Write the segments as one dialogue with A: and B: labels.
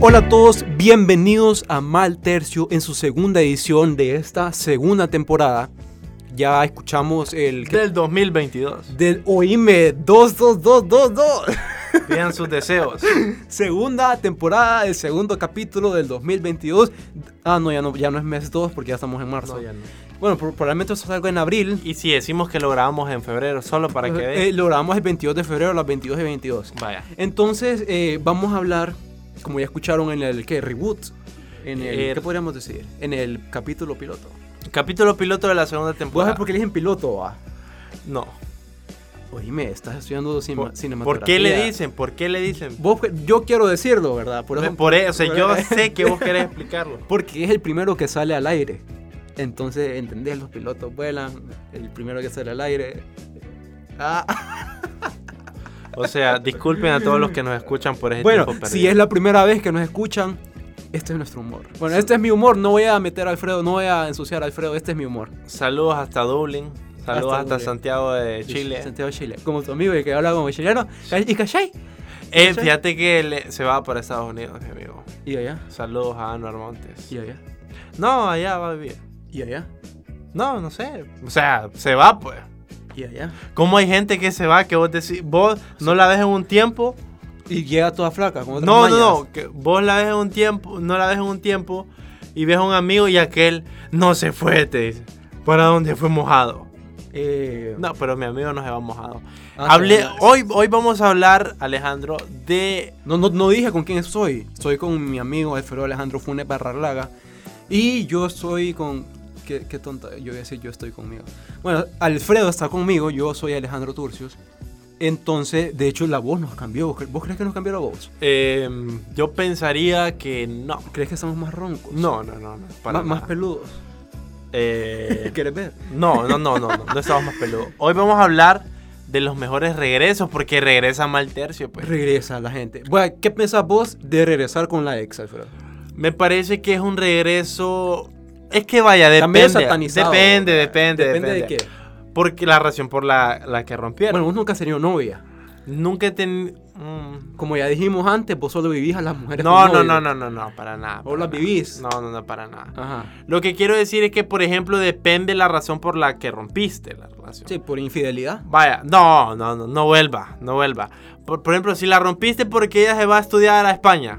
A: Hola a todos, bienvenidos a Mal Tercio en su segunda edición de esta segunda temporada. Ya escuchamos el...
B: Del 2022.
A: Del Oíme 22222.
B: Pidan sus deseos.
A: Segunda temporada, el segundo capítulo del 2022. Ah, no, ya no, ya no es mes 2 porque ya estamos en marzo.
B: No, ya no.
A: Bueno, pro- probablemente eso salga en abril.
B: Y si decimos que lo grabamos en febrero, solo para que
A: Eh,
B: vean.
A: lo grabamos el 22 de febrero a las 22 y 22.
B: Vaya.
A: Entonces, eh, vamos a hablar, como ya escucharon en el ¿qué? reboot, en el,
B: Eh,
A: ¿qué podríamos decir? En el capítulo piloto.
B: Capítulo piloto de la segunda
A: ¿Vos
B: temporada.
A: sabés por qué le dicen piloto? va?
B: No.
A: Oíme, estás estudiando cine-
B: Por,
A: cinematografía.
B: por qué le dicen? ¿Por qué le dicen?
A: Vos- yo quiero decirlo, ¿verdad? Por eso-
B: Por eso, o sea, yo
A: por-
B: sé que vos querés explicarlo.
A: Porque es el primero que sale al aire. Entonces, ¿entendés? Los pilotos vuelan, el primero que sale al aire. Ah.
B: O sea, disculpen a todos los que nos escuchan por ese
A: Bueno,
B: tiempo
A: si es la primera vez que nos escuchan, este es nuestro humor. Bueno, este es mi humor, no voy a meter a Alfredo, no voy a ensuciar a Alfredo, este es mi humor.
B: Saludos hasta Dublín. Saludos
A: Hasta
B: hasta,
A: Dublín.
B: Santiago de Chile.
A: Santiago Chile. Como tu amigo y que habla como chileno. ¿Y callay?
B: Eh,
A: Chile.
B: fíjate que le- se va para Estados Unidos, mi amigo.
A: Y allá.
B: Saludos a Anuar Montes.
A: Y allá.
B: No, allá va a vivir.
A: Y allá.
B: No, no sé. O sea, se va pues.
A: Y allá.
B: ¿Cómo hay gente que se va que vos decís, vos no la ves en un tiempo?
A: Y llega toda flaca. Con otras
B: No, no,
A: mañas.
B: no, que vos la ves en un tiempo, no la ves en un tiempo y ves a un amigo y aquel no se fue, te dice. ¿Para dónde fue mojado?
A: Eh,
B: No, pero mi amigo no se va mojado.
A: Ah,
B: Hablé,
A: sí.
B: hoy, hoy vamos a hablar, Alejandro, de...
A: No, no, no dije con quién soy. Soy con mi amigo Alfredo Alejandro Funes Barralaga. Y yo soy con. Qué, qué tonta. Yo voy a decir, yo estoy conmigo. Bueno, Alfredo está conmigo. Yo soy Alejandro Turcios. Entonces, de hecho, la voz nos cambió. ¿Vos cre- ¿Vos crees que nos cambió la voz?
B: eh, yo pensaría que no.
A: ¿Crees que estamos más roncos?
B: No, no, no, no. para
A: Ma- más
B: nada.
A: peludos.
B: Eh,
A: ¿Quieres ver?
B: No, no, no, no, no, no estamos más peludos. Hoy vamos a hablar de los mejores regresos, porque regresa mal tercio, pues.
A: Regresa la gente. Bueno, ¿qué pensás vos de regresar con la ex, Alfredo?
B: Me parece que es un regreso. Es que vaya,
A: Está medio
B: depende.
A: satanizado.
B: Depende, depende,
A: depende.
B: depende.
A: de qué.
B: Porque la razón por la, la que rompieron.
A: Bueno, vos nunca has tenido novia.
B: Nunca he tenido. mm.
A: Como ya dijimos antes, vos solo vivís a las mujeres.
B: No,
A: con
B: no,
A: novio.
B: no, no, no, no, para nada.
A: ¿Vos
B: para
A: las
B: nada.
A: vivís? Ah.
B: No, no, no, para nada.
A: Ajá.
B: Lo que quiero decir es que, por ejemplo, depende la razón por la que rompiste la relación.
A: Sí, por infidelidad.
B: Vaya, no, no, no, no vuelva, no vuelva. Por, por ejemplo, si la rompiste porque ella se va a estudiar a España,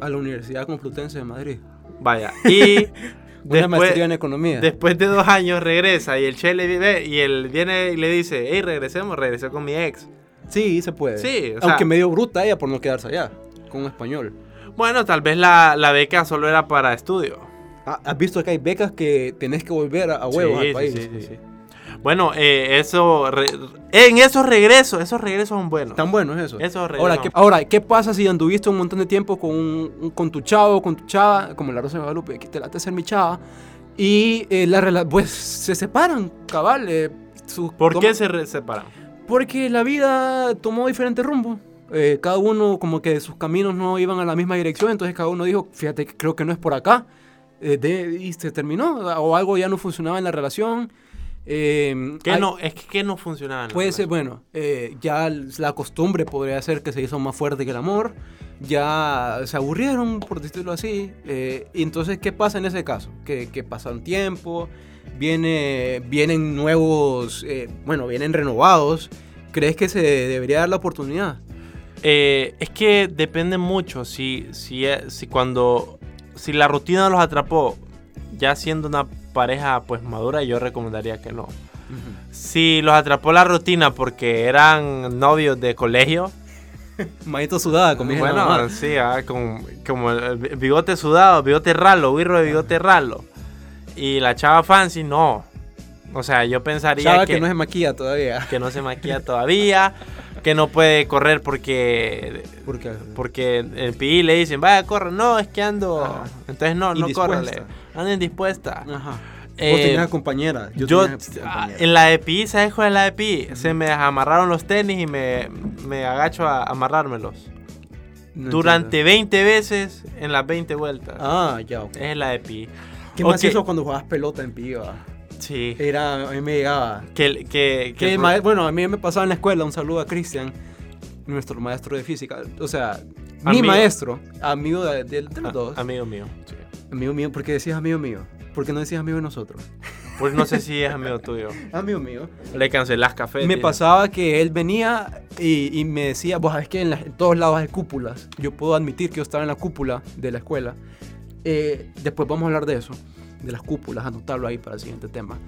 A: A la Universidad Complutense de Madrid.
B: vaya, y
A: Una maestría en
B: después,
A: economía.
B: después de dos años regresa y el che le vive y él viene y le dice, hey, regresemos, regresé con mi ex.
A: Sí, se puede.
B: Sí, o sea-
A: Aunque medio bruta ella por no quedarse allá, con un español.
B: Bueno, tal vez la, la beca solo era para estudio.
A: Ah, ¿Has visto que hay becas que tenés que volver a, a huevos al
B: Sí, sí,
A: país?
B: sí, sí, sí. Bueno, eh, eso, re- en esos regresos, esos regresos son buenos.
A: Tan bueno es eso.
B: Eso es
A: ahora,
B: regreso.
A: ¿qué, ahora, ¿qué pasa si anduviste un montón de tiempo con, un- un- con tu chavo, con tu chava, como la Rosa de Guadalupe, que te late ser mi chava, y eh, la rela- pues se separan, cabal. eh, sus-
B: ¿Por qué
A: toma-
B: se re- separan?
A: Porque la vida tomó diferente rumbo. Eh, cada uno como que sus caminos no iban a la misma dirección, entonces cada uno dijo, fíjate, que creo que no es por acá. Eh, de- y se terminó, o algo ya no funcionaba en la relación. Eh,
B: ¿Qué
A: hay-
B: no, es que ¿qué no funcionaba. en la
A: Puede ser,
B: relación?
A: bueno, eh, ya l- la costumbre podría ser que se hizo más fuerte que el amor, ya se aburrieron, por decirlo así, eh, y entonces, ¿qué pasa en ese caso? Que, que pasa un tiempo, viene, vienen nuevos, eh, bueno, vienen renovados, ¿crees que se debería dar la oportunidad?
B: Eh, es que depende mucho si, si, eh, si cuando si la rutina los atrapó, ya siendo una pareja pues madura, yo recomendaría que no. Si los atrapó la rutina porque eran novios de colegio,
A: Manito sudada, como dije la mamá.
B: bueno, sí, ah, con- como el el bigote sudado, bigote ralo, birro de bigote ralo. Y la chava fancy, no. O sea, yo pensaría
A: Chava que, no se maquilla todavía.
B: que no se maquilla todavía, que no puede correr porque
A: Porque,
B: porque en el PI le dicen, vaya, corre. No, es que ando.
A: Ajá.
B: Entonces, no, no
A: Indispuesta.
B: corre. Anda indispuesta.
A: Ajá.
B: Eh,
A: Vos tenías compañera.
B: Yo,
A: Yo, tenía
B: ah,
A: compañera.
B: en la de PI, ¿sabes cuál es la de PI? Se me amarraron los tenis y me, me agacho a amarrármelos.
A: No
B: Durante
A: entiendo.
B: 20 veces en las 20 vueltas.
A: Ah, ya, ok.
B: Es la E de PI.
A: ¿Qué
B: Ok.
A: más hizo cuando jugabas pelota en piba?
B: Sí.
A: Era, a mí me llegaba.
B: Que, que, que
A: Que
B: el
A: ma-
B: pro-
A: bueno, a mí me pasaba en la escuela, un saludo a Cristian, nuestro maestro de física. O sea, Mi
B: Amigo.
A: maestro, amigo de, de- de los
B: Ah,
A: dos.
B: Amigo mío. sí.
A: Amigo mío, ¿por qué decías amigo mío? ¿Por qué no decías amigo de nosotros?
B: Pues no sé si es amigo tuyo.
A: Amigo mío.
B: Le cancelás café.
A: Me
B: tío.
A: pasaba que él venía y, y me decía, vos sabés que en, las- en todos lados hay cúpulas. Yo puedo admitir que yo estaba en la cúpula de la escuela. Eh, después vamos a hablar de eso, de las cúpulas, anotarlo ahí para el siguiente tema.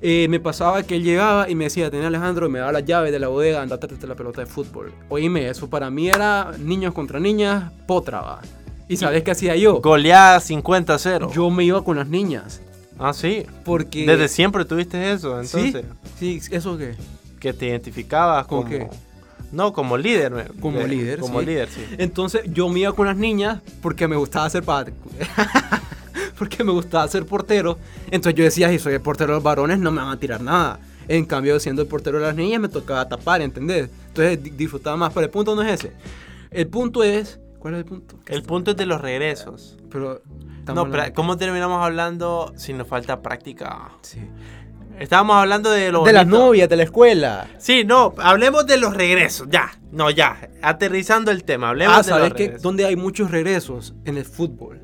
A: Eh, me pasaba que él llegaba y me decía, tenía Alejandro, me da la llave de la bodega, anda, trátate la pelota de fútbol. Oíme, eso para mí era niños contra niñas, potra, va. ¿Y sabes qué hacía yo?
B: Goleada 50-0.
A: Yo me iba con las niñas.
B: Ah, sí.
A: Porque...
B: Desde siempre tuviste eso,
A: ¿Sí?
B: entonces.
A: Sí, ¿eso qué?
B: Que te identificabas
A: ¿Con
B: como.
A: qué?
B: No, como líder. me- eh,
A: Como líder,
B: Como
A: sí.
B: líder, sí.
A: Entonces yo me iba con las niñas porque me gustaba ser padre. porque me gustaba ser portero. Entonces yo decía, si soy el portero de los varones no me van a tirar nada. En cambio, siendo el portero de las niñas me tocaba tapar, ¿entendés? Entonces di- disfrutaba más. Pero el punto no es ese. El punto es... ¿Cuál es el punto?
B: El punto es de los regresos.
A: Pero... estamos
B: No, pero
A: hablando-
B: ¿cómo terminamos hablando si nos falta práctica?
A: Sí.
B: Estábamos hablando de lo
A: De las
B: bonito.
A: novias, de la escuela.
B: Sí, no, hablemos de los regresos, ya. No, ya. Aterrizando el tema, hablemos
A: Ah,
B: de los
A: ¿sabes que
B: regresos.
A: Donde hay muchos regresos en el fútbol.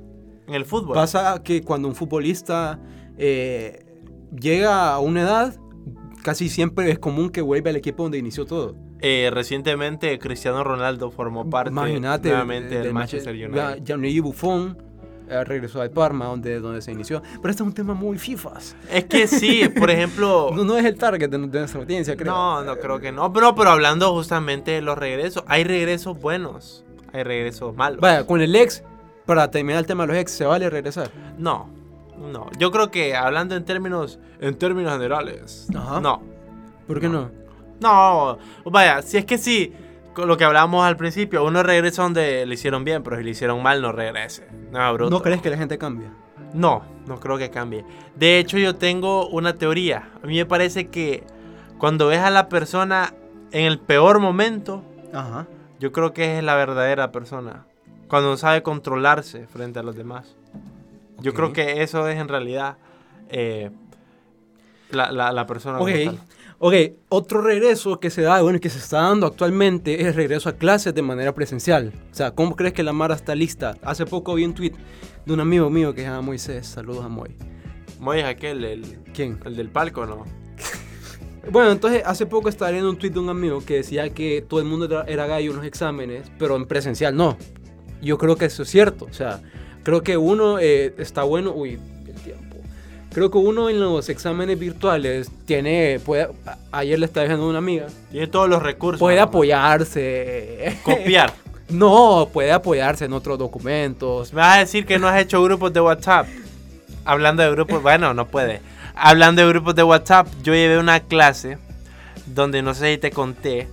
B: En el fútbol.
A: Pasa que cuando un futbolista eh, llega a una edad, casi siempre es común que vuelva al equipo donde inició todo.
B: Eh, recientemente Cristiano Ronaldo formó parte
A: Imagínate,
B: nuevamente
A: eh,
B: del
A: del
B: Manchester
A: Manche-
B: United.
A: Ya- Gianluigi Buffon eh, regresó al Parma, donde, donde se inició. Pero este es un tema muy FIFAs.
B: Es que sí, por ejemplo.
A: No, no es el target de, de nuestra audiencia, creo.
B: Oh. No, no creo que no. Pero, pero hablando justamente de los regresos, hay regresos buenos, hay regresos malos.
A: Vaya, con el ex, para terminar el tema de los ex, ¿se vale regresar?
B: No, no. Yo creo que hablando en términos, en términos generales,
A: Ajá.
B: no,
A: ¿Por qué no?
B: no. Vaya, si es que sí, con lo que hablábamos al principio, uno regresa donde le hicieron bien, pero si le hicieron mal no regrese. No,
A: ¿No,
B: bruto.
A: crees que la gente cambia?
B: No, no creo que cambie. De hecho, yo tengo una teoría. A mí me parece que cuando ves a la persona en el peor momento,
A: Ajá.
B: yo creo que es la verdadera persona. Cuando sabe controlarse frente a los demás. Yo
A: Ok.
B: creo que eso es en realidad eh, la, la- la persona. como
A: Ok.
B: tal.
A: Ok, otro regreso que se da, bueno, que se está dando actualmente es el regreso a clases de manera presencial. O sea, ¿cómo crees que la Mara está lista? Hace poco vi un tweet de un amigo mío que se llama Moisés. Saludos a Moy.
B: Moy es aquel, el,
A: ¿Quién?
B: el del palco, ¿no?
A: Bueno, entonces hace poco estaba leyendo un tweet de un amigo que decía que todo el mundo era, era gallo en los exámenes, pero en presencial no. Yo creo que eso es cierto. O sea, creo que uno eh, está bueno. Uy, el tiempo. Creo que uno en los exámenes virtuales tiene. Puede, a- ayer le estaba diciendo a una amiga.
B: Tiene todos los recursos.
A: Puede
B: ¿no?
A: apoyarse.
B: Copiar.
A: No, puede apoyarse en otros documentos.
B: Me vas a decir que no has hecho grupos de WhatsApp. Hablando de grupos, bueno, no puede. Hablando de grupos de WhatsApp, yo llevé una clase donde no sé si te conté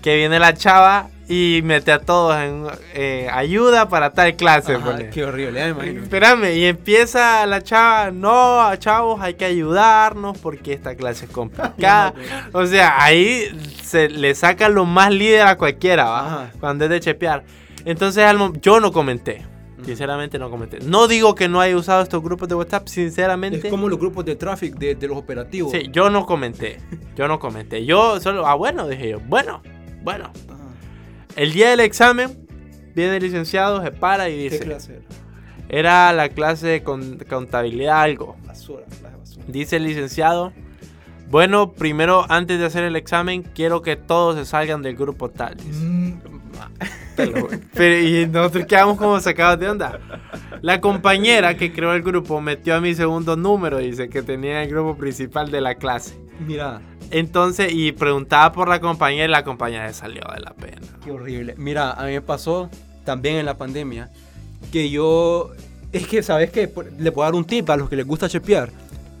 B: que viene la chava y mete a todos en eh, ayuda para tal clase. pues.
A: Ajá,
B: pone.
A: qué horrible, ya me imagino.
B: Espérame, y empieza la chava, no, chavos, hay que ayudarnos porque esta clase es complicada.
A: pues.
B: O sea, ahí se le saca lo más líder a cualquiera, ¿va?
A: Ajá.
B: Cuando es de chepear. Entonces, al mom- yo no comenté.
A: Mm.
B: Sinceramente no comenté. No digo que no haya usado estos grupos de WhatsApp, sinceramente.
A: Es como los grupos de tráfico de, de los operativos.
B: Sí, yo no comenté. Yo no comenté. Yo solo, ah, bueno, dije yo. Bueno, bueno.
A: Ajá.
B: El día del examen, viene el licenciado, se para y
A: ¿Qué
B: dice.
A: clase era?
B: Era la clase de con- contabilidad, algo.
A: Basura, clase basura.
B: Dice el licenciado, bueno, primero antes de hacer el examen, quiero que todos se salgan del grupo tal. dice. Te lo juro. Pero, y nosotros quedamos como sacados de onda. La compañera que creó el grupo metió a mi segundo número, dice que tenía el grupo principal de la clase.
A: Mira,
B: Entonces, y preguntaba por la compañera y la compañera se salió de la pena.
A: qué horrible. Mira, a mí me pasó también en la pandemia que yo. Es que, ¿sabes qué? Por- Le puedo dar un tip a los que les gusta chepear.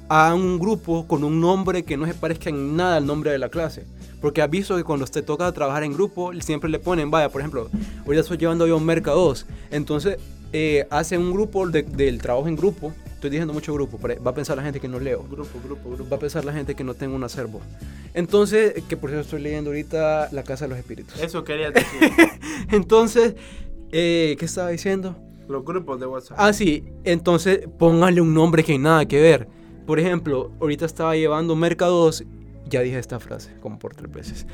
A: Hagan un grupo con un nombre que no se parezca en nada al nombre de la clase. Porque has visto que cuando te toca trabajar en grupo, siempre le ponen, vaya, por ejemplo, hoy la estoy llevando yo a un Merca 2. Entonces, eh, hacen un grupo de- del trabajo en grupo. Estoy diciendo mucho grupo, pero va a pensar la gente que no leo.
B: Grupo, grupo,
A: Va a pensar la gente que no tengo un acervo. Entonces, que por cierto estoy leyendo ahorita La Casa de los Espíritus.
B: Eso quería decir.
A: Entonces, eh, ¿qué estaba diciendo?
B: Los grupos de WhatsApp.
A: Ah, sí, entonces póngale un nombre que nada que ver. Por ejemplo, ahorita estaba llevando Mercados, ya dije esta frase como por tres veces.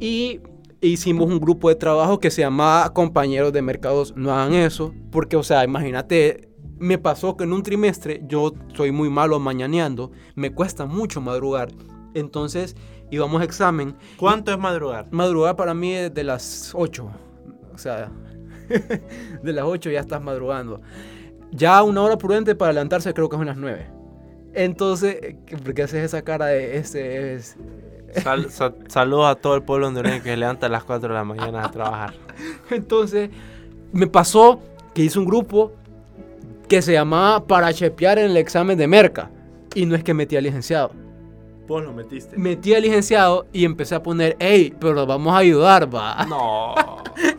A: Y hicimos un grupo de trabajo que se llamaba Compañeros de Mercados, no hagan eso, porque, o sea, imagínate, me pasó que en un trimestre yo soy muy malo mañaneando, me cuesta mucho madrugar, entonces íbamos a examen.
B: ¿Cuánto es madrugar?
A: Madrugar para mí es de las 8, o sea, de las 8 ya estás madrugando. Ya una hora prudente para adelantarse creo que es unas 9. Entonces, eh, ¿por qué haces esa cara de este es,
B: Sal- sa- saludos a todo el pueblo hondureño que se levanta a las 4 de la mañana a trabajar.
A: Entonces, me pasó que hice un grupo que se llamaba Para chepear en el examen de merca. Y no es que metí al licenciado.
B: Vos lo metiste.
A: Metí al licenciado y empecé a poner, hey, pero nos vamos a ayudar, va.
B: No.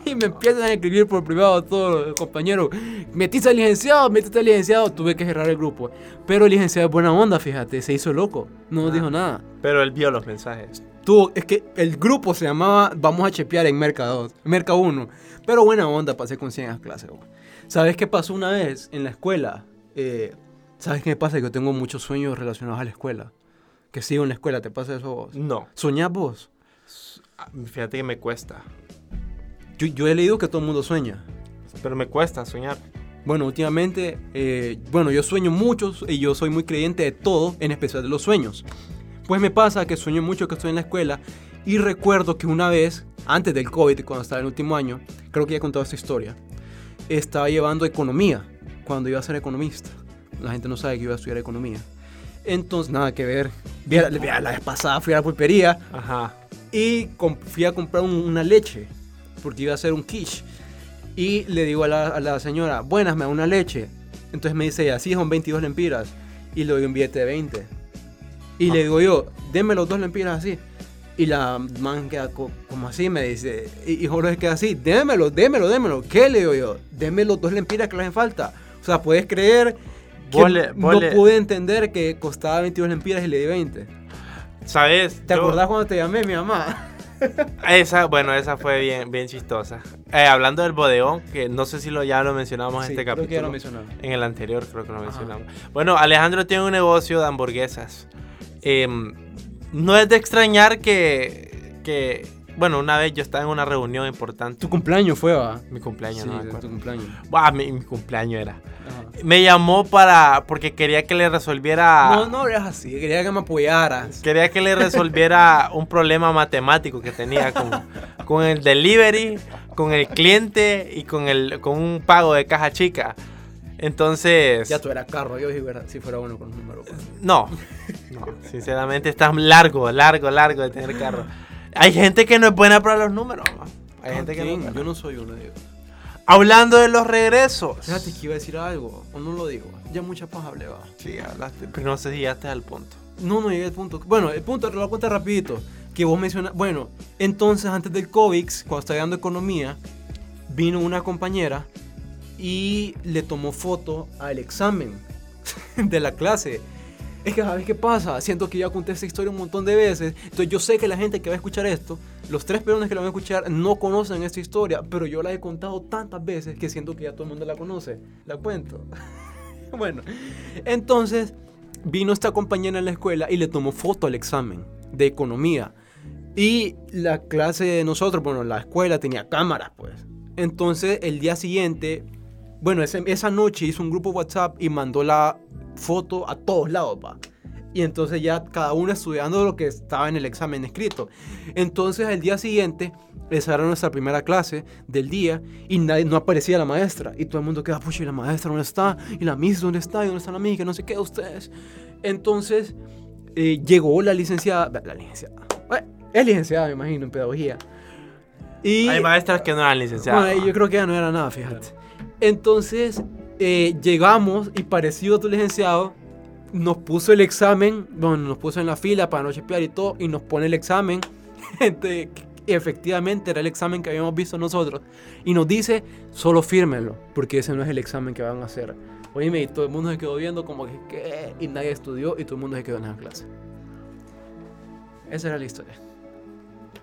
A: Y me empiezan a escribir por privado todos los compañeros. Metiste al licenciado, metiste al licenciado. Tuve que cerrar el grupo. Pero el licenciado es buena onda, fíjate, se hizo loco. No nos
B: Ah.
A: dijo nada.
B: Pero él vio los mensajes.
A: Tuvo, es que el grupo se llamaba Vamos a chepear en Merca 2, Merca 1. Pero buena onda, pasé con 100 a clase. güey. ¿Sabes qué pasó una vez en la escuela? Eh, ¿Sabes qué me pasa? Que yo tengo muchos sueños relacionados a la escuela. Que sigo en la escuela, ¿te pasa eso a vos?
B: No.
A: ¿Soñás vos?
B: Ah, Fíjate que me cuesta.
A: Yo, yo he leído que todo el mundo sueña.
B: Pero me cuesta soñar.
A: Bueno, últimamente, eh, bueno, yo sueño mucho y yo soy muy creyente de todo, en especial de los sueños. Pues me pasa que sueño mucho que estoy en la escuela y recuerdo que una vez, antes del COVID, cuando estaba en el último año, creo que ya he contado esta historia, estaba llevando economía, cuando iba a ser economista. La gente no sabe que iba a estudiar economía. Entonces, nada que ver. Viera- viera, La vez pasada fui a la pulpería
B: Ajá.
A: y com- fui a comprar un- una leche porque iba a hacer un quiche. Y le digo a la, a la señora, buenas, me da una leche. Entonces me dice ella, sí, son 22 lempiras. Y le doy un billete de 20. Y le
B: Ah.
A: digo yo, deme los dos lempiras así. Y la man queda co- como así, me dice. Y, y Jorge queda así, démelo, démelo, démelo. ¿Qué le digo yo? Deme los dos lempiras que le hacen falta. O sea, puedes creer que
B: Vos le- vos
A: no
B: le-
A: pude entender que costaba 22 lempiras y le di 20.
B: ¿Sabes?
A: ¿Te
B: Yo-
A: acordás cuando te llamé mi mamá?
B: Esa, bueno, esa fue bien, bien chistosa. Eh, hablando del bodegón, que no sé si lo, ya lo mencionamos en
A: Sí,
B: este
A: creo
B: capítulo.
A: que ya lo mencionaron.
B: En el anterior creo que lo
A: Ajá.
B: mencionamos. Bueno, Alejandro tiene un negocio de hamburguesas. Eh, no es de extrañar que, que, bueno, una vez yo estaba en una reunión importante.
A: Tu cumpleaños fue, va.
B: Mi cumpleaños,
A: Sí,
B: no me
A: de tu
B: acuerdo.
A: cumpleaños.
B: Buah, mi, mi cumpleaños era. Me llamó para, porque quería que le resolviera...
A: No, no eres así. Quería que me apoyaras.
B: Quería que le resolviera un problema matemático que tenía con, con el delivery, con el cliente y con, el, con un pago de caja chica. Entonces...
A: Ya tú eras carro. Yo dije, si fuera bueno con un número. pues.
B: No, no, sinceramente estás largo, largo, largo de tener carro. Hay gente que no es buena para los números. ma. Hay gente que no es
A: ¿Quién?
B: buena.
A: Yo no soy uno de ellos.
B: Hablando de los regresos.
A: Fíjate que iba a decir algo. O no lo digo. Ya mucha paja hablé, va.
B: Sí, hablaste, pero no sé si ya estás al punto.
A: No, no llegué al punto. Bueno, el punto, te lo voy a contar rapidito. Que vos mencionas. Bueno, entonces antes del COVID, cuando estaba dando economía, vino una compañera y le tomó foto al examen de la clase. Es que, ¿sabes qué pasa? Siento que ya conté esta historia un montón de veces. Entonces, yo sé que la gente que va a escuchar esto, los tres peruanos que la van a escuchar, no conocen esta historia, pero yo la he contado tantas veces que siento que ya todo el mundo la conoce. La cuento. bueno, entonces vino esta compañera en la escuela y le tomó foto al examen de economía. Y la clase de nosotros, bueno, la escuela tenía cámaras, pues. Entonces, el día siguiente, bueno, ese- esa noche hizo un grupo WhatsApp y mandó la foto a todos lados, va. Y entonces ya cada uno estudiando lo que estaba en el examen escrito. Entonces, el día siguiente, esa era nuestra primera clase del día y nadie, no aparecía la maestra. Y todo el mundo queda, pucha, ¿y la maestra dónde está? ¿Y la miss dónde está? ¿Y dónde está la miss? Que no sé qué, ustedes. Entonces, eh, llegó la licenciada, la licenciada, bueno, es licenciada, me imagino, en pedagogía. Y
B: Hay maestras que no eran licenciadas.
A: bueno, yo creo que ya no era nada, fíjate. Entonces, eh, llegamos y parecido a tu licenciado, nos puso el examen, bueno, nos puso en la fila para no chepear y todo, y nos pone el examen. Gente, efectivamente era el examen que habíamos visto nosotros. Y nos dice, solo fírmenlo, porque ese no es el examen que van a hacer. Oíme, y todo el mundo se quedó viendo como que, ¿qué? Y nadie estudió y todo el mundo se quedó en esa clase. Esa era la historia.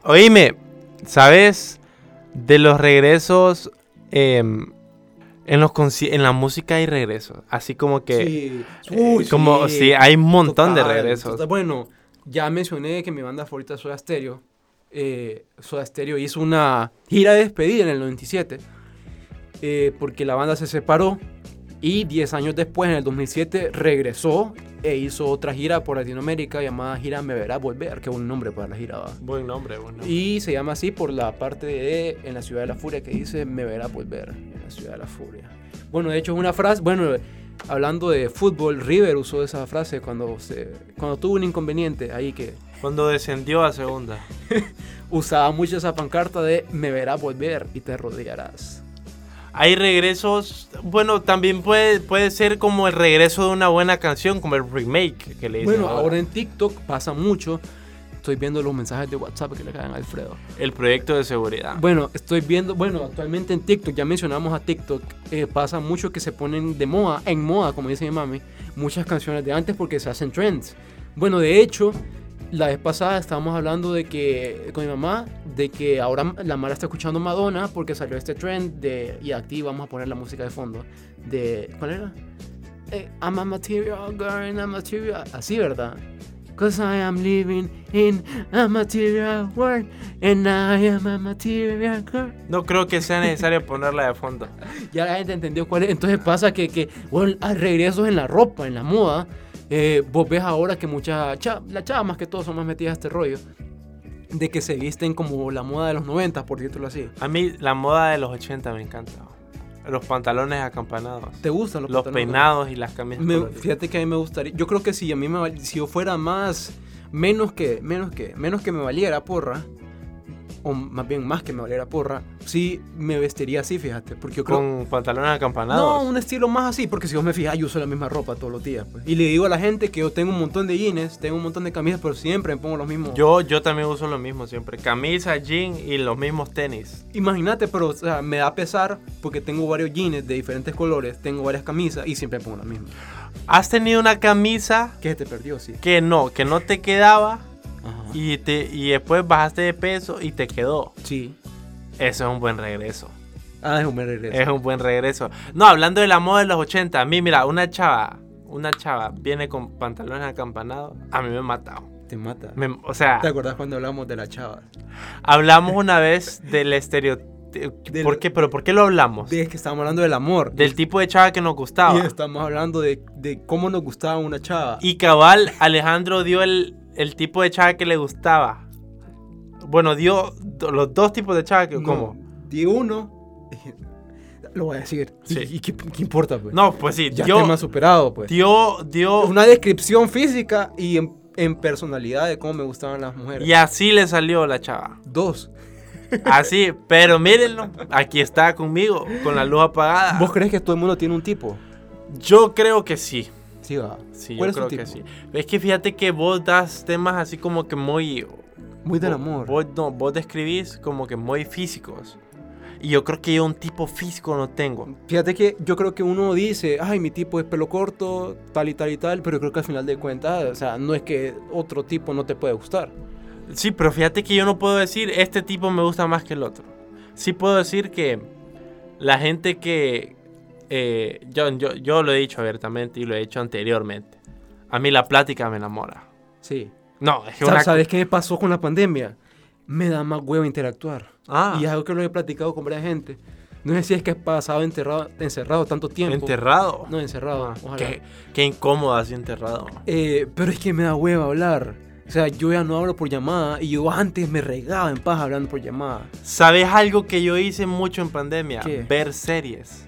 B: Oíme, ¿sabes? De los regresos. eh, en, los conci- en la música hay regresos. Así como que.
A: Sí.
B: eh,
A: Uy,
B: como sí, hay un montón de
A: Total,
B: regresos.
A: total. Bueno, ya mencioné que mi banda favorita es Soda Stereo. eh, Soda Stereo hizo una gira de despedida en el 97, eh, porque la banda se separó y 10 años después, en el 2007, regresó e hizo otra gira por Latinoamérica llamada Gira Me Verás Volver, que es un nombre para la gira. ¿va?
B: Buen nombre, buen nombre.
A: Y se llama así por la parte de en la ciudad de la furia que dice me verá volver en la ciudad de la furia. Bueno, de hecho es una frase, bueno, hablando de fútbol, River usó esa frase cuando se cuando tuvo un inconveniente ahí que
B: Cuando descendió a segunda.
A: usaba mucho esa pancarta de me verá volver y te rodearás.
B: Hay regresos, bueno, también puede, puede ser como el regreso de una buena canción, como el remake que le dicen
A: Bueno, ahora en TikTok pasa mucho. Estoy viendo los mensajes de WhatsApp que le caen a Alfredo.
B: El proyecto de seguridad.
A: Bueno, estoy viendo, bueno, actualmente en TikTok, ya mencionamos a TikTok, eh, pasa mucho que se ponen de moda, en moda, como dice mi mami, muchas canciones de antes porque se hacen trends. Bueno, de hecho, la vez pasada estábamos hablando de que, con mi mamá, de que ahora la Mara está escuchando Madonna porque salió este trend de, y aquí vamos a poner la música de fondo, de, ¿cuál era? Eh, I'm a material girl and I'm a material, así, ¿verdad? Cause I am living in a material world and I am a material girl.
B: No creo que sea necesario ponerla de fondo.
A: Ya la gente entendió cuál es. Entonces pasa que, que bueno, hay regresos en la ropa, en la moda. Eh, vos ves ahora que muchas las chavas más que todo son más metidas a este rollo. De que se visten como la moda de los 90, por decirlo así.
B: A mí la moda de los 80 me encanta. Los pantalones acampanados.
A: ¿Te gustan los,
B: Los
A: pantalones?
B: peinados y las camisas.
A: Me-
B: coloridas.
A: fíjate que a mí me gustaría. Yo creo que si a mí me val- si yo fuera más menos que menos que menos que me valiera porra o más bien más que me valiera porra, sí me vestiría así, fíjate, porque yo creo
B: Con pantalones
A: No,
B: acampanados.
A: un estilo más así, porque si vos me fijas, yo uso la misma ropa todos los días. pues. Y le digo a la gente que yo tengo un montón de jeans, tengo un montón de camisas, pero siempre me pongo los mismos.
B: Yo, yo también uso lo mismo siempre. Camisa, jean y los mismos tenis.
A: Imagínate, pero o sea, me da pesar porque tengo varios jeans de diferentes colores, tengo varias camisas y siempre me pongo las mismas.
B: ¿Has tenido una camisa
A: ¿Qué te perdió, sí?
B: que no, que no te quedaba
A: Ajá.
B: y, te, y después bajaste de peso y te quedó?
A: Sí.
B: Eso es un buen regreso.
A: Ah, es un buen regreso.
B: Es un buen regreso. No, hablando de la moda de los 80, a mí, mira, una chava, una chava viene con pantalones acampanados, a mí me mata.
A: Te mata.
B: Me- o sea,
A: ¿Te acordás cuando hablamos de la chava?
B: hablamos una vez del estereotipo.
A: Del-
B: ¿Por qué? ¿Pero por qué lo hablamos?
A: De que estábamos hablando del amor.
B: Del tipo de chava que nos
A: y
B: gustaba.
A: estamos hablando de, de cómo nos gustaba una chava.
B: Y cabal, Alejandro dio el, el tipo de chava que le gustaba. Bueno, dio do- los dos tipos de chava que...
A: No,
B: ¿Cómo?
A: Di uno. Lo voy a decir.
B: Sí.
A: ¿Y, y qué, qué importa, pues?
B: No, pues sí,
A: ya
B: dio,
A: tema superado, pues.
B: dio, dio...
A: Una descripción física y en, en personalidad de cómo me gustaban las mujeres.
B: Y así le salió la chava.
A: Dos.
B: Así, pero mírenlo, aquí está conmigo, con la luz apagada.
A: ¿Vos crees que todo el mundo tiene un tipo?
B: Yo creo que sí.
A: Sí, va.
B: Sí,
A: ¿Cuál
B: yo
A: es tu
B: creo que sí.
A: tipo?
B: Es que fíjate que vos das temas así como que muy...
A: Muy del
B: vos-
A: amor.
B: Vos, no, vos describís como que muy físicos. Y yo creo que yo un tipo físico no tengo.
A: Fíjate que yo creo que uno dice, ay, mi tipo es pelo corto, tal y tal y tal, pero yo creo que al final de cuentas, o sea, no es que otro tipo no te puede gustar.
B: Sí, pero fíjate que yo no puedo decir este tipo me gusta más que el otro. Sí puedo decir que la gente que... eh, yo, yo, yo lo he dicho abiertamente y lo he dicho anteriormente. A mí la plática me enamora.
A: Sí.
B: No, es que
A: Sa-
B: una...
A: ¿Sabes qué me pasó con la pandemia? Me da más huevo interactuar.
B: Ah,
A: Y es algo que lo he platicado con varias gente. No sé si es que has pasado enterrado, encerrado tanto tiempo.
B: enterrado.
A: No, encerrado.
B: Ah,
A: ojalá.
B: qué, qué incómodo así enterrado.
A: Eh, pero es que me da hueva hablar. O sea, yo ya no hablo por llamada y yo antes me regaba en paz hablando por llamada.
B: ¿Sabes algo que yo hice mucho en pandemia?
A: ¿Qué?
B: Ver series.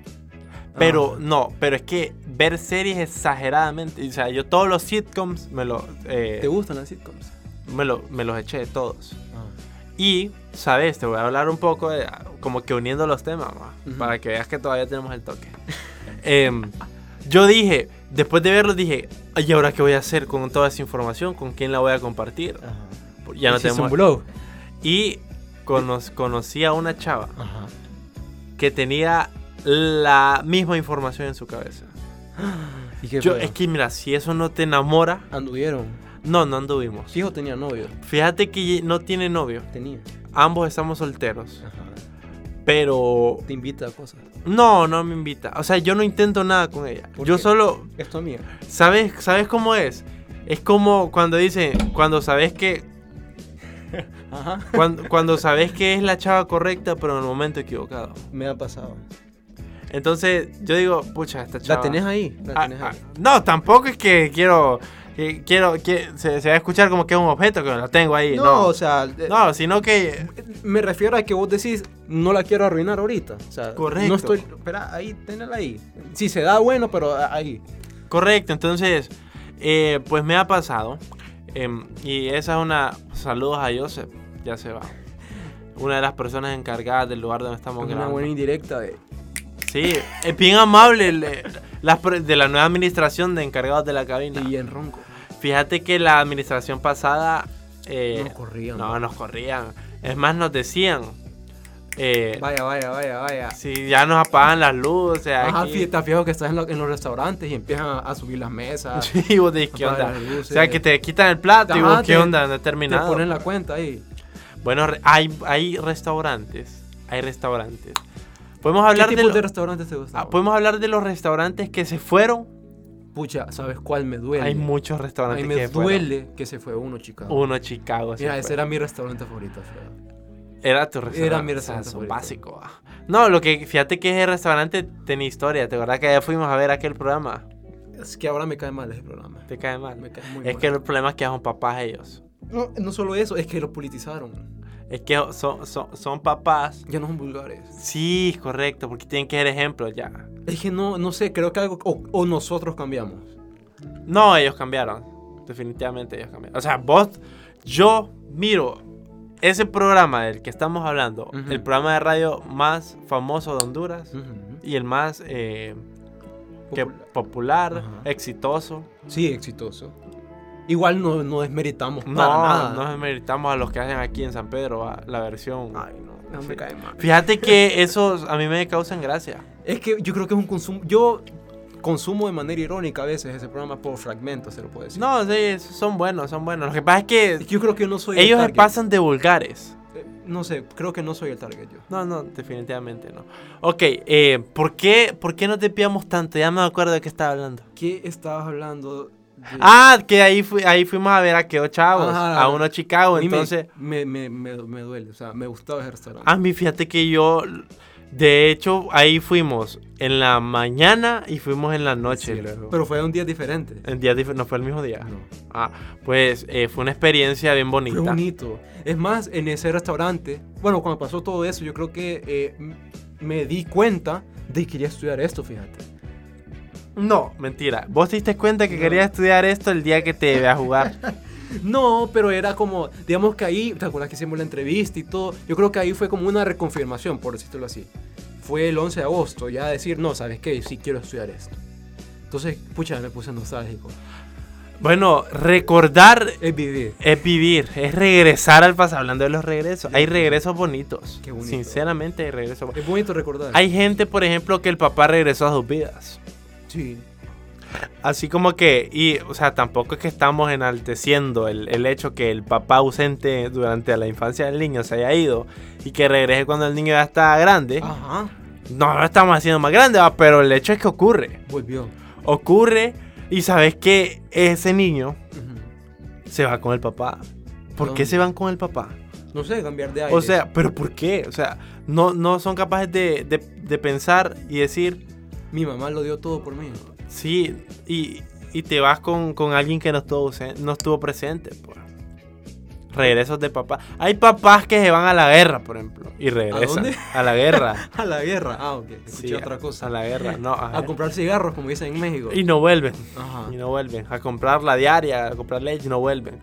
B: Pero
A: Ah.
B: no, pero es que ver series exageradamente. O sea, yo todos los sitcoms me, lo, eh,
A: ¿Te gustan las sitcoms?
B: me, lo- me los eché todos.
A: Ah,
B: Y, ¿sabes? Te voy a hablar un poco, de- como que uniendo los temas, ma,
A: Ujú.
B: para que veas que todavía tenemos el toque. Em, yo dije, después de verlos, dije, ¿y ahora qué voy a hacer con toda esa información? ¿Con quién la voy a compartir?
A: Ajá.
B: Ya no
A: Ah. Hiciste
B: tenemos.
A: un blog.
B: Y cono- conocí a una chava
A: Ajá.
B: que tenía la misma información en su cabeza.
A: ¿Y qué
B: Yo,
A: fue?
B: es que mira, si eso no te enamora,
A: anduvieron.
B: no, no anduvimos.
A: Fijo tenía novio.
B: Fíjate que no tiene novio,
A: Tenía.
B: ambos estamos solteros,
A: Ajá.
B: pero
A: Te invita a cosas.
B: no, no me invita. O sea, yo no intento nada con ella.
A: ¿Por
B: Yo
A: qué?
B: solo,
A: Es tu amiga.
B: ¿sabes, ¿sabes cómo es? Es como cuando dicen, cuando sabes que
A: Ajá.
B: Cuando, cuando sabes que es la chava correcta, pero en el momento equivocado.
A: Me ha pasado.
B: Entonces, yo digo, pucha, esta chava.
A: La tenés ahí. La
B: Ah,
A: tenés
B: ah,
A: ahí.
B: no, tampoco es que quiero. que quiero que se, se va a escuchar como que es un objeto que lo tengo ahí.
A: no,
B: No,
A: o sea, eh,
B: no sino que.
A: me refiero a que vos decís, no la quiero arruinar ahorita. O sea,
B: Correcto.
A: No estoy. Espera, ahí, tenela ahí. Si se da, bueno, pero a- ahí.
B: Correcto, entonces, eh, pues me ha pasado. em, y esa es una. Saludos a Joseph, ya se va. Una de las personas encargadas del lugar donde estamos
A: Una
B: grabando.
A: buena indirecta de.
B: Sí, es bien amable le- las per- de la nueva administración de encargados de la cabina.
A: Y en ronco.
B: Fíjate que la administración pasada. eh,
A: no corrían.
B: no, nos corrían. Es más, nos decían. eh,
A: Vaya, vaya, vaya, vaya.
B: si ya nos apagan las luces.
A: Ajá,
B: aquí.
A: fí- estás fijo que estás en, lo- en los restaurantes y empiezan a, a subir las mesas.
B: Sí, vos decís, ¿qué
A: Apagan
B: onda?
A: las luces.
B: O sea, que te quitan el plato y
A: Ajá,
B: vos, ¿qué
A: te-
B: onda? No he
A: Te
B: terminado.
A: ponen la cuenta ahí.
B: Bueno, re- hay, hay restaurantes. Hay restaurantes. Podemos
A: ¿Qué
B: hablar, de,
A: tipo
B: lo-
A: de restaurantes te gustan?
B: ah, podemos hablar de los restaurantes que se fueron.
A: Pucha, ¿sabes cuál me duele?
B: Hay muchos
A: A mí
B: restaurantes que
A: me
B: se fueron.
A: duele que se fue uno, Chicago.
B: Uno Chicago. se
A: Mira,
B: fue.
A: ese era mi restaurante favorito, Alfredo.
B: Era tu restaurante.
A: Era mi
B: o sea,
A: restaurante
B: son
A: favorito.
B: básico. ah. No, lo que fíjate que ese restaurante tenía historia. ¿Te acuerdas que ya fuimos a ver aquel programa?
A: Es que ahora me cae mal ese programa.
B: Te cae mal.
A: Me cae muy
B: es
A: mal.
B: que el problema es que son papás ellos.
A: No, no solo eso, es que lo politizaron.
B: Es que son, son, son papás.
A: Ya no son vulgares.
B: Sí, correcto, porque tienen que ser ejemplos ya.
A: Es que no, no sé, creo que algo. O, o nosotros cambiamos.
B: No, ellos cambiaron. Definitivamente ellos cambiaron. O sea, vos, yo miro ese programa del que estamos hablando,
A: Ujú.
B: el programa de radio más famoso de Honduras
A: Ujú.
B: y el más eh, que
A: Popular.
B: popular,
A: Ajá.
B: exitoso.
A: Sí, exitoso. Igual no, no desmeritamos
B: No,
A: para nada.
B: no meritamos a los que hacen aquí en San Pedro va, la versión.
A: Ay, no, no
B: Sí.
A: me cae mal.
B: Fíjate que esos a mí me causan gracia.
A: Es que yo creo que es un consumo. Yo consumo de manera irónica a veces ese programa por fragmentos, se lo puedo decir.
B: No, sí, son buenos, son buenos. Lo que pasa es que
A: Es que yo creo que no soy
B: ellos
A: el
B: se
A: target.
B: pasan de vulgares.
A: Eh, No sé, creo que no soy el target yo.
B: No, no, definitivamente no. Ok, eh, ¿por, qué, ¿por qué no te pillamos tanto? Ya me acuerdo de qué estaba hablando.
A: ¿Qué estabas hablando? de-
B: Ah, que ahí, fui, ahí fuimos a ver a qué chavos,
A: Ajá.
B: a uno Chicago,
A: A mí me-
B: entonces... Ah,
A: Me, me, me- me duele, o sea, me gustaba ese restaurante.
B: A mí fíjate que yo, de hecho, ahí fuimos en la mañana y fuimos en la noche.
A: Sí,
B: luego.
A: Pero fue un día diferente.
B: En días dif- no fue el mismo día.
A: No.
B: Ah, pues eh, fue una experiencia bien bonita.
A: Fue bonito. Es más, en ese restaurante, bueno, cuando pasó todo eso, yo creo que eh, m- me di cuenta de que quería estudiar esto, fíjate.
B: No, mentira. Vos te diste cuenta que
A: No.
B: querías estudiar esto el día que te iba a jugar.
A: No, pero era como, digamos que ahí, ¿te acuerdas que hicimos la entrevista y todo? Yo creo que ahí fue como una reconfirmación, por decirlo así. Fue el 11 de agosto, ya decir, no, ¿sabes qué? Sí quiero estudiar esto. Entonces, pucha, me puse nostálgico.
B: bueno, recordar
A: Es vivir.
B: Es vivir, es regresar al pasado. Hablando de los regresos, hay regresos bonitos.
A: Qué bonito.
B: Sinceramente, hay regresos bonitos.
A: Es bonito recordar.
B: Hay gente, por ejemplo, que el papá regresó a sus vidas.
A: Sí.
B: Así como que, y, o sea, tampoco es que estamos enalteciendo el, el hecho que el papá ausente durante la infancia del niño se haya ido y que regrese cuando el niño ya está grande.
A: Ajá.
B: No, no lo estamos haciendo más grande, va, pero el hecho es que ocurre.
A: Volvió.
B: Ocurre y sabes que ese niño
A: Ujú.
B: se va con el papá. ¿Por qué
A: ¿Dónde?
B: se van con el papá?
A: No sé, cambiar de aire.
B: O sea, ¿pero por qué? O sea, no, no son capaces de, de- de pensar y decir,
A: mi mamá lo dio todo por mí.
B: sí, y, y te vas con, con alguien que no estuvo, ausen- no estuvo presente. pues. Regresos de papá. Hay papás que se van a la guerra, por ejemplo, y regresan.
A: dónde?
B: ¿A, la guerra.
A: A la guerra. Ah, ok. Escuché
B: Sí,
A: otra
B: A
A: cosa. Ah,
B: la guerra, no. a-
A: A comprar cigarros, como dicen en México.
B: y no vuelven.
A: Ajá.
B: Y no vuelven. A comprar la diaria, a comprar leche, y no vuelven.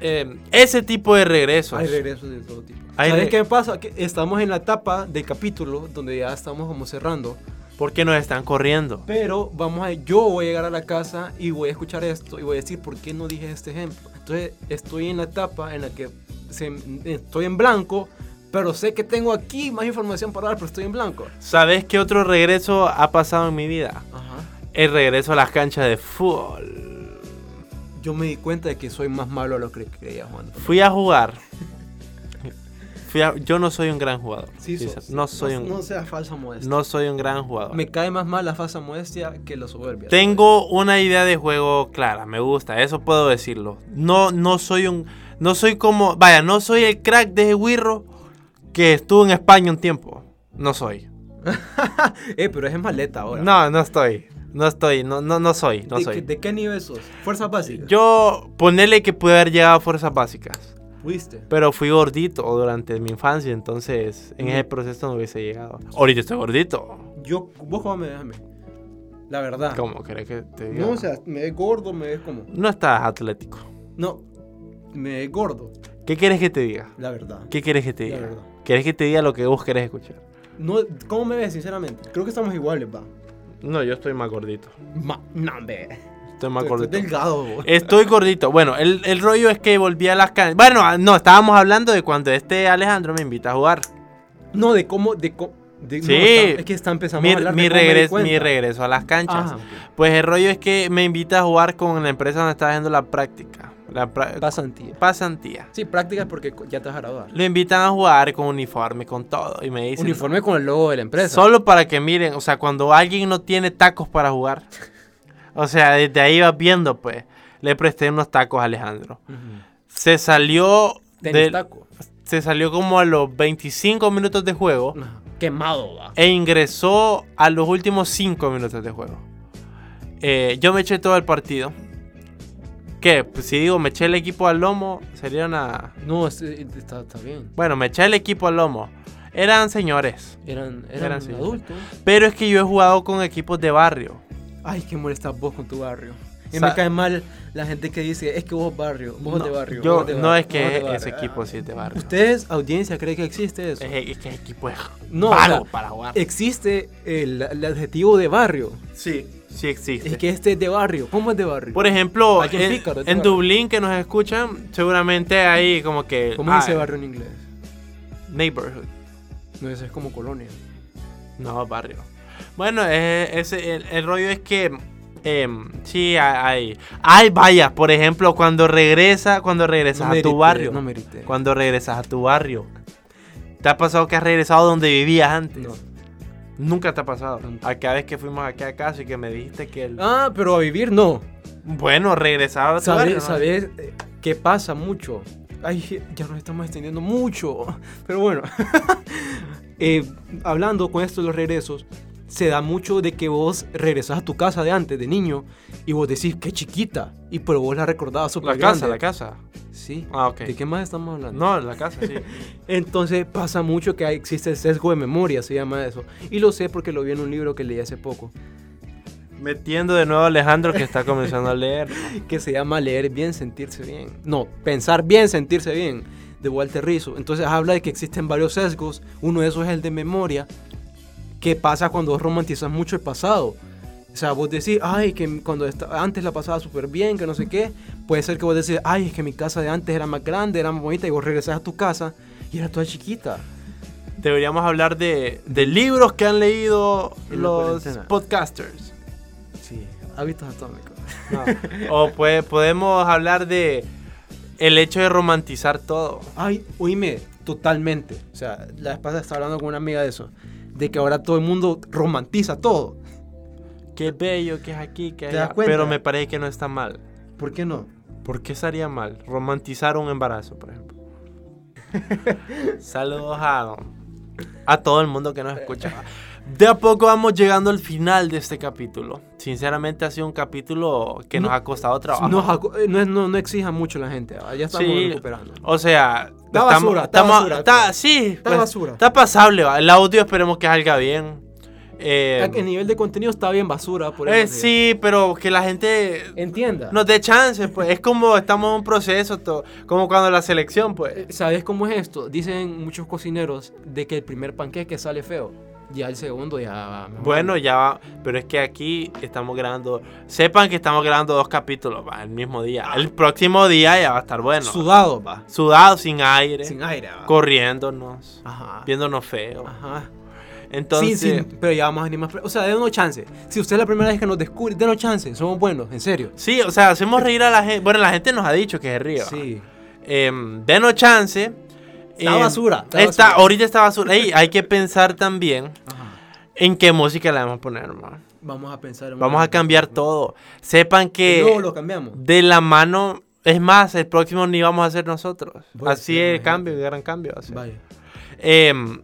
B: Eh, ese tipo de regresos.
A: Hay regresos de todo tipo.
B: Hay
A: ¿Sabes
B: re-
A: qué me pasa? Que estamos en la etapa del capítulo donde ya estamos como cerrando.
B: porque nos están corriendo.
A: Pero vamos a. Yo voy a llegar a la casa y voy a escuchar esto y voy a decir por qué no dije este ejemplo. Entonces estoy en la etapa en la que se- estoy en blanco, pero sé que tengo aquí más información para dar, pero estoy en blanco.
B: ¿Sabes qué otro regreso ha pasado en mi vida?
A: Ajá.
B: el regreso a las canchas de fútbol.
A: Yo me di cuenta de que soy más malo a lo que creía, Juan.
B: Fui a jugar. Fui a- yo no soy un gran jugador. Sincer- no soy un
A: No seas falsa modestia.
B: no soy un gran jugador.
A: Me cae más mal la falsa modestia que la soberbia.
B: Tengo una idea de juego clara, me gusta, eso puedo decirlo. No no soy un No soy como, vaya, no soy el crack de ese Wirro que estuvo en España un tiempo. No soy.
A: eh, pero es en maleta ahora.
B: No, no estoy. No estoy, no, no, no soy, no
A: ¿De,
B: soy.
A: qué- de qué nivel sos? Fuerza básica.
B: Yo ponele que pude haber llegado a fuerzas básicas,
A: ¿Fuiste?
B: pero fui gordito durante mi infancia, entonces en
A: Mm.
B: ese proceso no hubiese llegado. Ahorita estoy gordito.
A: Yo, vos cómo me déjame. La verdad.
B: ¿Cómo crees que te diga?
A: Ah. No, o sea, me ves gordo, me ves como.
B: No estás atlético.
A: No, me ves gordo,
B: ¿Qué quieres que te diga?
A: la verdad.
B: ¿Qué quieres que te
A: La
B: diga?
A: verdad.
B: ¿Quieres que te diga lo que vos querés escuchar?
A: No, ¿Cómo me ves, sinceramente? Creo que estamos iguales, va.
B: No, yo estoy más gordito.
A: Ma, no, hombre.
B: Estoy más
A: Tú- tú
B: gordito.
A: delgado, vos.
B: Estoy gordito. Bueno, el, el rollo es que volví a las canchas. Bueno, ah, no, estábamos hablando de cuando este Alejandro me invita a jugar.
A: No, de cómo. De, co- de- no,
B: Sí.
A: está- es que está empezando
B: Mi,
A: a hablar de
B: mi
A: cómo me di
B: regreso,
A: cuenta.
B: mi regreso a las canchas.
A: Ah,
B: Pues el rollo es que me invita a jugar con la empresa donde estaba haciendo la práctica. La pra-
A: ok. pasantía.
B: pasantía.
A: Sí, prácticas porque co- ya te vas a graduar.
B: Lo invitan a jugar con uniforme, con todo. Y me dicen.
A: Uniforme con el logo de la empresa.
B: Solo para que miren, o sea, cuando alguien no tiene tacos para jugar. O sea, desde ahí vas viendo, pues. Le presté unos tacos a Alejandro.
A: Ujú.
B: Se salió.
A: Tenis
B: del-
A: taco.
B: se salió como a los 25 minutos de juego
A: Ajá. Quemado, va.
B: e ingresó a los últimos 5 minutos de juego. Eh, yo me eché todo el partido. Que pues, si digo, me eché el equipo al lomo, serían a.
A: No, es- eh, está, está bien.
B: Bueno, me eché el equipo al lomo. Eran señores.
A: Eran, eran,
B: Eran, sí.
A: adultos.
B: Pero es que yo he jugado con equipos de barrio.
A: Ay, qué molestas vos con tu barrio. Y
B: Sa-
A: me cae mal la gente que dice, es que vos barrio, vos
B: No,
A: de barrio.
B: yo-
A: vos de
B: no
A: barrio,
B: es que
A: vos de
B: ese,
A: barrio".
B: equipo sí es de barrio.
A: ¿Ustedes, audiencia, cree que existe eso?
B: Es, es que ese equipo es
A: No,
B: vago
A: o sea, eh,
B: para jugar.
A: existe el, el adjetivo de barrio.
B: sí, sí existe.
A: Es que este es de barrio. ¿Cómo es de barrio?
B: Por ejemplo,
A: Alguien
B: en,
A: pícaro,
B: en
A: claro.
B: Dublín que nos escuchan, seguramente hay como que...
A: ¿Cómo
B: ah,
A: dice barrio en inglés?
B: Neighborhood.
A: No, eso es como colonia.
B: No, barrio. Bueno, eh, ese- el, el rollo es que... eh, sí, hay... Hay vallas, por ejemplo, cuando regresa, cuando regresas
A: no
B: a
A: merité,
B: tu barrio.
A: No merité.
B: cuando regresas a tu barrio. ¿Te ha pasado que has regresado donde vivías antes?
A: No.
B: Nunca te ha pasado.
A: Nunca.
B: Aquella vez que fuimos aquí a casa y que me dijiste que el...
A: Ah, pero a vivir no.
B: Bueno, regresaba a tu barrio,
A: ¿Sabes,
B: ¿no?
A: sabes eh, qué pasa mucho? Ay, ya nos estamos extendiendo mucho. Pero bueno, Eh, hablando con esto de los regresos, se da mucho de que vos regresás a tu casa de antes, de niño, y vos decís, qué chiquita. Y pero vos la recordabas
B: La
A: súper
B: casa,
A: grande.
B: la casa.
A: Sí.
B: Ah, ok.
A: ¿De qué más estamos hablando?
B: No, la casa, sí.
A: Entonces pasa mucho que hay- existe el sesgo de memoria, se llama eso. Y lo sé porque lo vi en un libro que leí hace poco,
B: Metiendo de nuevo a Alejandro que está comenzando a leer.
A: que se llama Leer bien, sentirse bien. No, pensar bien, sentirse bien, de Walter Rizzo. Entonces habla de que existen varios sesgos. Uno de esos es el de memoria, que pasa cuando vos romantizas mucho el pasado. O sea, vos decís, ay, que cuando esta- antes la pasaba súper bien, que no sé qué. Puede ser que vos decís, ay, es que mi casa de antes era más grande, era más bonita, y vos regresás a tu casa y era toda chiquita.
B: Deberíamos hablar de, de libros que han leído
A: En la
B: los
A: cuarentena.
B: podcasters.
A: Sí, hábitos atómicos.
B: O pues, podemos hablar de el hecho de romantizar todo.
A: Ay, oíme, totalmente. O sea, la vez pasada estaba hablando con una amiga de eso. De que ahora todo el mundo romantiza todo.
B: Qué bello, que es aquí, que es
A: ¿Te das
B: allá.
A: cuenta?
B: Pero me parece que no está mal.
A: ¿Por qué no?
B: ¿Por qué estaría mal romantizar un embarazo, por ejemplo? Saludos a, a todo el mundo que nos escucha. De a poco vamos llegando al final de este capítulo. Sinceramente ha sido un capítulo que nos
A: No-
B: ha costado trabajo.
A: Nos acu- eh, no, es- no, no exija mucho la gente. ah, Ya estamos
B: Sí.
A: recuperando.
B: O sea,
A: Está
B: estamos-
A: basura, está
B: estamos-
A: basura.
B: está- sí,
A: Está
B: pues,
A: basura.
B: Está pasable. va. El audio esperemos que salga bien. Eh,
A: A- El nivel de contenido está bien basura. Por
B: eh,
A: eso, Eh,
B: sí, pero que la gente
A: Entienda.
B: nos dé chance, pues. Es como estamos en un proceso, to- como cuando la selección, pues.
A: Eh, ¿Sabes cómo es esto? Dicen muchos cocineros de que el primer panqueque sale feo. Ya el segundo ya va mejor.
B: Bueno, ya va, pero es que aquí estamos grabando. Sepan que estamos grabando dos capítulos va, el mismo día. El próximo día ya va a estar bueno.
A: Sudado, va.
B: Sudado, sin aire,
A: Sin aire, va.
B: corriéndonos,
A: Ajá.
B: viéndonos feo.
A: Ajá.
B: Entonces,
A: Sí, sí, pero ya vamos a venir más. pre- O sea, denos chance. Si usted es la primera vez que nos descubre, denos chance. Somos buenos, en serio.
B: sí, o sea, hacemos reír a la gente. Bueno, la gente nos ha dicho que se ríe. va.
A: Sí.
B: Em, denos chance. Em,
A: Está basura, está
B: está-
A: basura.
B: Ahorita está basura. Ey, hay que pensar también en qué música le vamos a poner, ma.
A: Vamos a pensar. en
B: Vamos
A: una-
B: a cambiar todo. Sepan que
A: No, lo cambiamos.
B: de la mano Es más, el próximo ni vamos a ser nosotros.
A: Bueno,
B: Así
A: sí,
B: es el
A: imagínate.
B: cambio, el gran cambio. va a ser.
A: Vaya.
B: Em,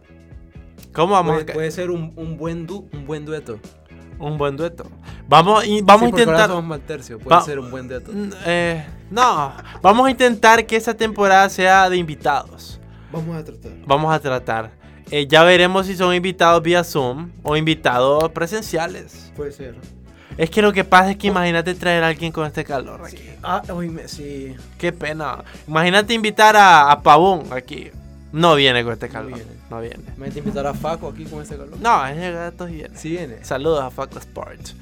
B: ¿Cómo vamos
A: puede,
B: a ca-
A: puede ser un, un buen du- un buen dueto.
B: Un buen dueto. Vamos, y vamos a
A: Sí, porque ahora
B: intentar.
A: somos mal tercio, puede
B: Va-
A: ser un buen dueto.
B: Mm, eh, no, vamos a intentar que esta temporada sea de invitados.
A: Vamos a tratar.
B: Vamos a tratar. Eh, ya veremos si son invitados vía Zoom o invitados presenciales.
A: Puede ser.
B: Es que lo que pasa es
A: Oh.
B: que imagínate traer a alguien con este calor aquí.
A: Ah, oíme, sí.
B: Qué pena. Imagínate invitar a, a Pavón aquí. No viene con este
A: No
B: calor. No viene.
A: viene. Me voy a invitar a Faco aquí con este calor.
B: No, ese gato viene.
A: Sí viene.
B: Saludos a Faco Sports.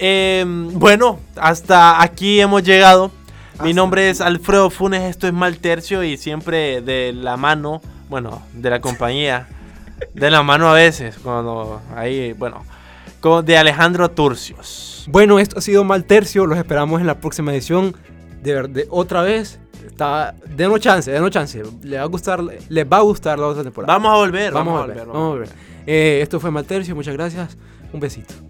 B: Em, bueno, hasta aquí hemos llegado. Mi
A: Hasta
B: nombre es Alfredo Funes, esto es Maltercio y siempre de la mano, bueno, de la compañía, de la mano a veces, cuando ahí, bueno, con- de Alejandro Turcios.
A: Bueno, esto ha sido Mal Tercio. Los esperamos en la próxima edición. De verdad, otra vez. Está, denos chance, denos chance. Les va a gustar, les va a gustar la otra temporada.
B: Vamos a volver,
A: vamos, a volver. Vamos a volver. Eh, esto fue Mal Tercio. Muchas gracias. Un besito.